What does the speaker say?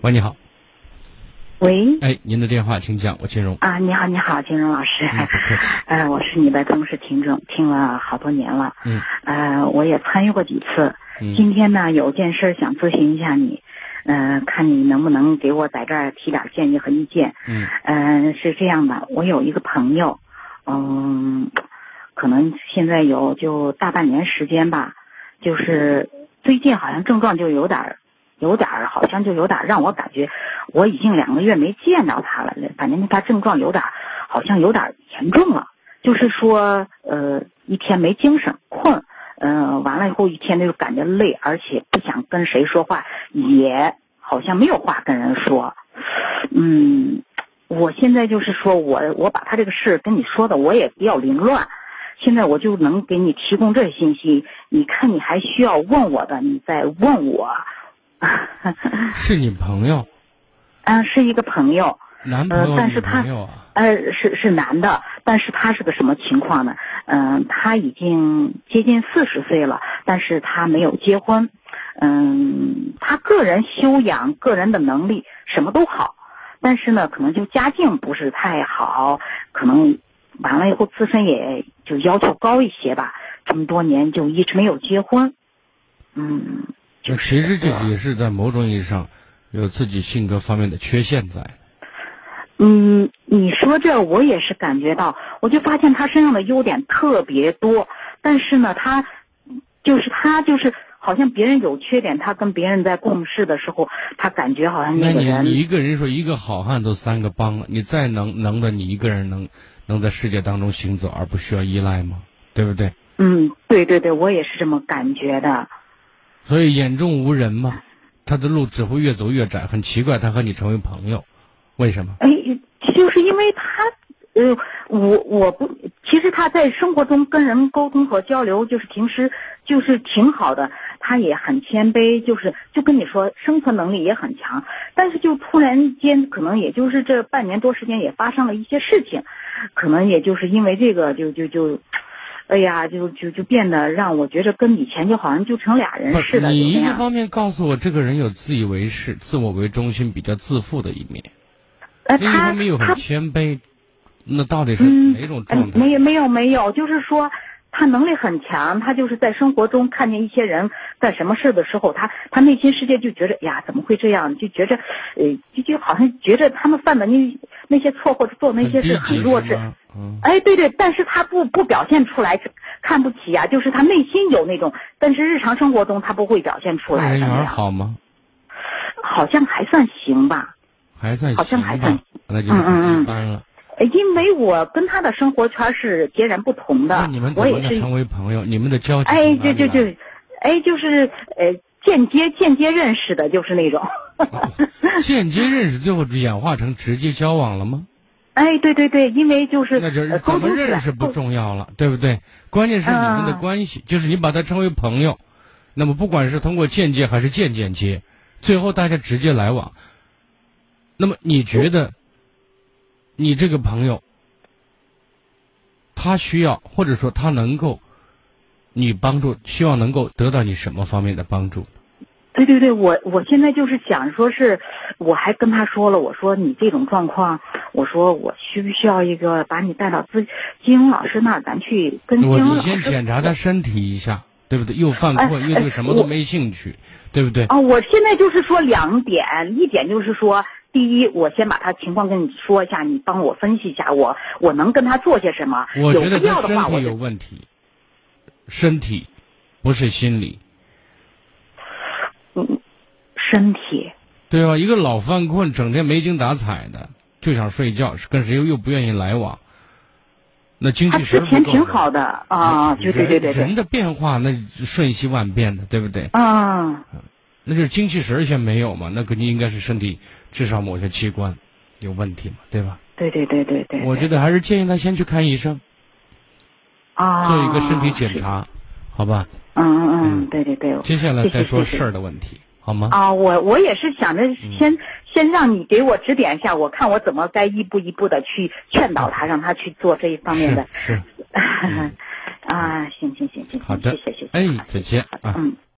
喂，你好，喂，哎，您的电话请讲，我金融。啊，你好，你好，金荣老师，嗯，不客气。 呃，我是你的忠实听众，听了好多年了，嗯呃，我也参与过几次。嗯今天呢，有件事儿想咨询一下你，呃，看你能不能给我在这儿提点建议和意见。嗯嗯、是这样的，我有一个朋友，嗯，可能现在有就大半年时间吧，就是最近好像症状就有点儿，有点儿好像就有点儿让我感觉，我已经两个月没见到他了，反正他症状有点儿，好像有点儿严重了，就是说呃一天没精神，困。嗯，完了以后一天就感觉累，而且不想跟谁说话，也好像没有话跟人说。嗯，我现在就是说我我把他这个事跟你说的，我也比较凌乱。现在我就能给你提供这些信息，你看你还需要问我的，你再问我。是你朋友，嗯，是一个朋友，男朋友、呃但女是他朋友啊？呃，是是男的，但是他是个什么情况呢？嗯、他已经接近四十岁了，但是他没有结婚。嗯，他个人修养、个人的能力什么都好，但是呢，可能就家境不是太好，可能完了以后自身也就要求高一些吧。这么多年就一直没有结婚。嗯，那其实这也是在某种意义上有自己性格方面的缺陷在。嗯，你说这我也是感觉到，我就发现他身上的优点特别多，但是呢，他就是他就是好像别人有缺点，他跟别人在共事的时候，他感觉好像那那个你你人一个人说一个好汉都三个帮了，你再能能的，你一个人能能在世界当中行走而不需要依赖吗？对不对？嗯，对对对，我也是这么感觉的。所以眼中无人嘛，他的路只会越走越窄。很奇怪，他和你成为朋友，为什么？哎，就是因为他，呃，我我不，其实他在生活中跟人沟通和交流，就是平时就是挺好的，他也很谦卑，就是就跟你说生存能力也很强，但是就突然间，可能也就是这半年多时间也发生了一些事情，可能也就是因为这个就就就。哎呀，就就就变得让我觉着跟以前就好像就成俩人不似是的，你就一那个样。方面告诉我，这个人有自以为是、自我为中心、比较自负的一面；呃，另一他方面又他很谦卑。那到底是嗯哪种状嗯，态？没有没有没有，就是说他能力很强，他就是在生活中看见一些人干什么事儿的时候，他他内心世界就觉着呀怎么会这样，就觉着呃就就好像觉着他们犯的那那些错或者做的那很些低事级很弱是智。吗？嗯，哎，对对，但是他不不表现出来，看不起呀、就是他内心有那种，但是日常生活中他不会表现出这来人的缘那儿样，好吗？好像还算行吧。还算好像行还吧算，那就是嗯嗯很嗯一般了。呃因为我跟他的生活圈是截然不同那的你们，怎我么也能是成为朋友？你们的 交情从哎，哪就里就来就，哎，就是呃，间接间接认识的，就是那种。 间接认识，最后演化成直接交往了吗？哎，对对对，因为就是那就是呃沟怎么通起认来识不沟重要了，对不对？关键是你们的嗯关系，就是你把他称为朋友，那么不管是通过间接还是间间接，最后大家直接来往。那么你觉得，你这个朋友，他需要或者说他能够，你帮助，希望能够得到你什么方面的帮助？嗯对对对，我我现在就是想说是，我还跟他说了，我说你这种状况，我说我需不需要一个把你带到资金庸老师那儿，咱去跟金我庸你老先师。检查他身体一下，对不对？又犯哎困，又对哎什么都我没兴趣，对不对？啊，我现在就是说两点，一点就是说，第一，我先把他情况跟你说一下，你帮我分析一下，我我能跟他做些什么，我有觉得必他要的身话，我体就有问题，身体不是心理，身体。对吧？一个老犯困，整天没精打采的，就想睡觉，是跟谁又不愿意来往，那经他济之实力前不够挺的好的啊，对对对对人对，的变化那瞬息万变的，对不对？嗯，那就是精气神儿先没有嘛，那肯定应该是身体至少某些器官有问题嘛，对吧？对对对对对，我觉得还是建议他先去看医生，啊，做一个身体检，查，好吧？嗯嗯嗯，对对对，接下来谢谢再说谢谢事儿的问题，好吗？啊，我我也是想嗯着先先让你给我指点一下，我看我怎么该一步一步的去劝导他，让他去做这一方面的 是是，啊，行行行行，好的谢谢谢谢，哎，再见啊。嗯。